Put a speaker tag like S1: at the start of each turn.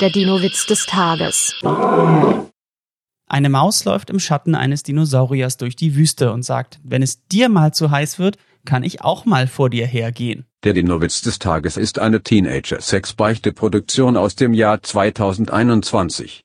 S1: Der Dino-Witz des Tages.
S2: Eine Maus läuft im Schatten eines Dinosauriers durch die Wüste und sagt, wenn es dir mal zu heiß wird, kann ich auch mal vor dir hergehen.
S3: Der Dinowitz des Tages ist eine Teenager-Sex-Beichte-Produktion aus dem Jahr 2021.